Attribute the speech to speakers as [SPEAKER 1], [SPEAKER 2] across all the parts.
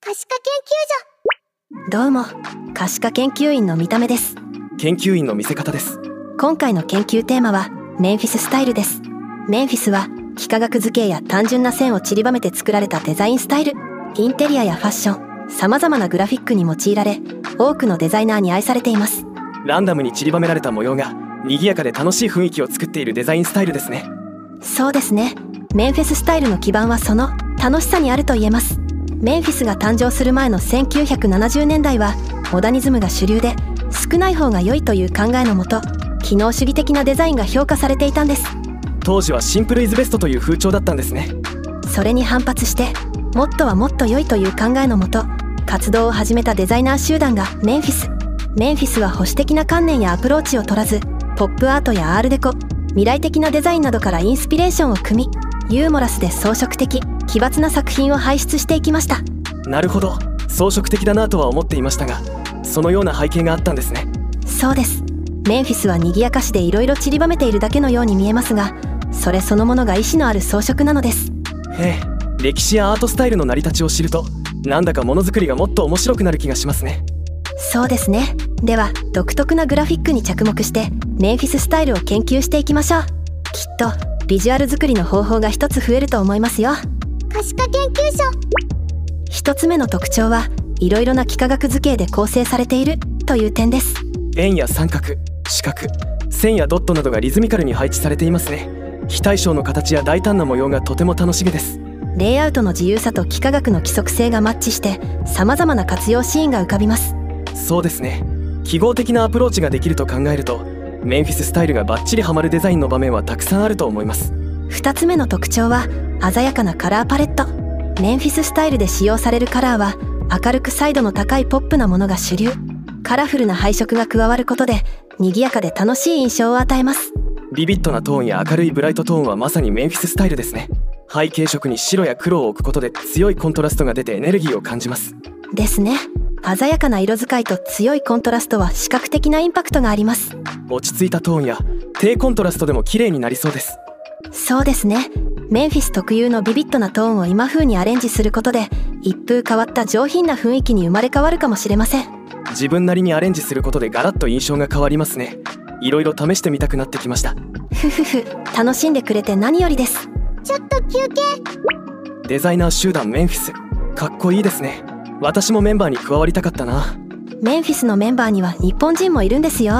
[SPEAKER 1] 可視化研
[SPEAKER 2] どうも可視化研究員の見た目です
[SPEAKER 3] 研究員の見せ方です
[SPEAKER 2] 今回の研究テーマはメンフィススタイルですメンフィスは幾何学図形や単純な線を散りばめて作られたデザインスタイルインテリアやファッション様々なグラフィックに用いられ多くのデザイナーに愛されています
[SPEAKER 3] ランダムに散りばめられた模様が賑やかで楽しい雰囲気を作っているデザインスタイルですね
[SPEAKER 2] そうですねメンフィススタイルの基盤はその楽しさにあると言えますメンフィスが誕生する前の1970年代はモダニズムが主流で少ない方が良いという考えのもと機能主義的なデザインが評価されていたんです
[SPEAKER 3] 当時はシンプルイズベストという風潮だったんですね
[SPEAKER 2] それに反発してもっとはもっと良いという考えのもと活動を始めたデザイナー集団がメンフィスメンフィスは保守的な観念やアプローチを取らずポップアートやアールデコ未来的なデザインなどからインスピレーションを汲みユーモラスで装飾的奇抜な作品を輩出していきました
[SPEAKER 3] なるほど装飾的だなとは思っていましたがそのような背景があったんですね
[SPEAKER 2] そうですメンフィスは賑やかしでいろいろ散りばめているだけのように見えますがそれそのものが意志のある装飾なのです
[SPEAKER 3] ええ歴史やアートスタイルの成り立ちを知るとなんだかものづくりがもっと面白くなる気がしますね
[SPEAKER 2] そうですねでは独特なグラフィックに着目してメンフィススタイルを研究していきましょうきっとビジュアル作りの方法が一つ増えると思いますよ
[SPEAKER 1] 究所可視化研究所
[SPEAKER 2] 一つ目の特徴はいろいろな幾何学図形で構成されているという点です
[SPEAKER 3] 円や三角四角線やドットなどがリズミカルに配置されていますね非対称の形や大胆な模様がとても楽しげです
[SPEAKER 2] レイアウトの自由さと幾何学の規則性がマッチして様々な活用シーンが浮かびます
[SPEAKER 3] そうですね記号的なアプローチができると考えるとメンフィススタイルがバッチリハマるデザインの場面はたくさんあると思います
[SPEAKER 2] 2つ目の特徴は鮮やかなカラーパレットメンフィススタイルで使用されるカラーは明るく彩度の高いポップなものが主流カラフルな配色が加わることで賑やかで楽しい印象を与えます
[SPEAKER 3] ビビッドなトーンや明るいブライトトーンはまさにメンフィススタイルですね背景色に白や黒を置くことで強いコントラストが出てエネルギーを感じます
[SPEAKER 2] ですね鮮やかな色使いと強いコントラストは視覚的なインパクトがあります
[SPEAKER 3] 落ち着いたトーンや低コントラストでも綺麗になりそうです
[SPEAKER 2] そうですねメンフィス特有のビビッドなトーンを今風にアレンジすることで一風変わった上品な雰囲気に生まれ変わるかもしれません
[SPEAKER 3] 自分なりにアレンジすることでガラッと印象が変わりますねいろいろ試してみたくなってきました
[SPEAKER 2] ふふふ楽しんでくれて何よりです
[SPEAKER 1] ちょっと休憩
[SPEAKER 3] デザイナー集団メンフィスかっこいいですね私もメンバーに加わりたかったな
[SPEAKER 2] メンフィスのメンバーには日本人もいるんですよ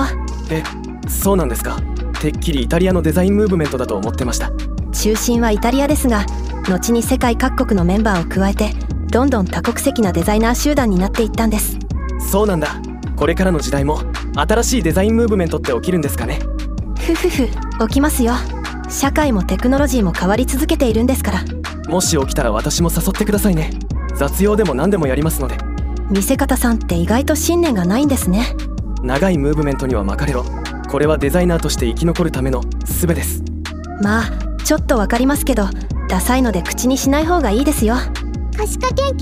[SPEAKER 3] えそうなんですかてっきりイタリアのデザインムーブメントだと思ってました
[SPEAKER 2] 中心はイタリアですが後に世界各国のメンバーを加えてどんどん多国籍なデザイナー集団になっていったんです
[SPEAKER 3] そうなんだこれからの時代も新しいデザインムーブメントって起きるんですかね
[SPEAKER 2] ふふふ起きますよ社会もテクノロジーも変わり続けているんですから
[SPEAKER 3] もし起きたら私も誘ってくださいね雑用でも何でもやりますので
[SPEAKER 2] 見せ方さんって意外と信念がないんですね
[SPEAKER 3] 長いムーブメントには巻かれろこれはデザイナーとして生き残るための術です
[SPEAKER 2] まあちょっとわかりますけどダサいので口にしない方がいいですよ
[SPEAKER 1] 可視化研究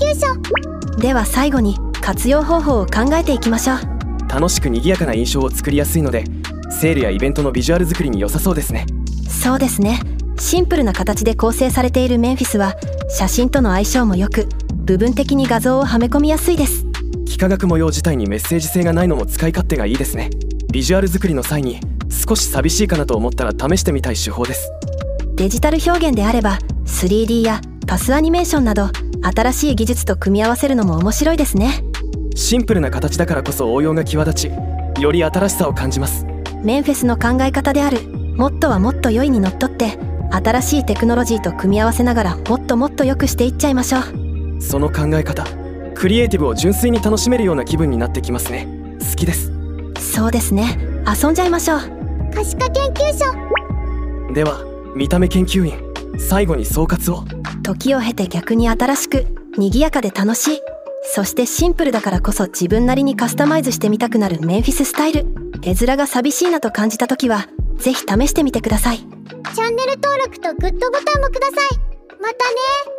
[SPEAKER 1] 所
[SPEAKER 2] では最後に活用方法を考えていきましょう
[SPEAKER 3] 楽しく賑やかな印象を作りやすいのでセールやイベントのビジュアル作りに良さそうですね
[SPEAKER 2] そうですねシンプルな形で構成されているメンフィスは写真との相性も良く部分的に画像をはめ込みやすいです
[SPEAKER 3] 幾何学模様自体にメッセージ性がないのも使い勝手がいいですねビジュアル作りの際に少し寂しいかなと思ったら試してみたい手法です
[SPEAKER 2] デジタル表現であれば 3D やパスアニメーションなど新しい技術と組み合わせるのも面白いですね
[SPEAKER 3] シンプルな形だからこそ応用が際立ちより新しさを感じます
[SPEAKER 2] メンフェスの考え方である「もっとはもっと良い」にのっとって新しいテクノロジーと組み合わせながらもっともっと良くしていっちゃいましょう
[SPEAKER 3] その考え方クリエイティブを純粋に楽しめるような気分になってきますね好きです
[SPEAKER 2] そうですね遊んじゃいましょう
[SPEAKER 1] 可視化研究所
[SPEAKER 3] では見た目研究員最後に総括を
[SPEAKER 2] 時を経て逆に新しく賑やかで楽しいそしてシンプルだからこそ自分なりにカスタマイズしてみたくなるメンフィススタイル絵面が寂しいなと感じた時はぜひ試してみてください
[SPEAKER 1] チャンネル登録とグッドボタンもくださいまたね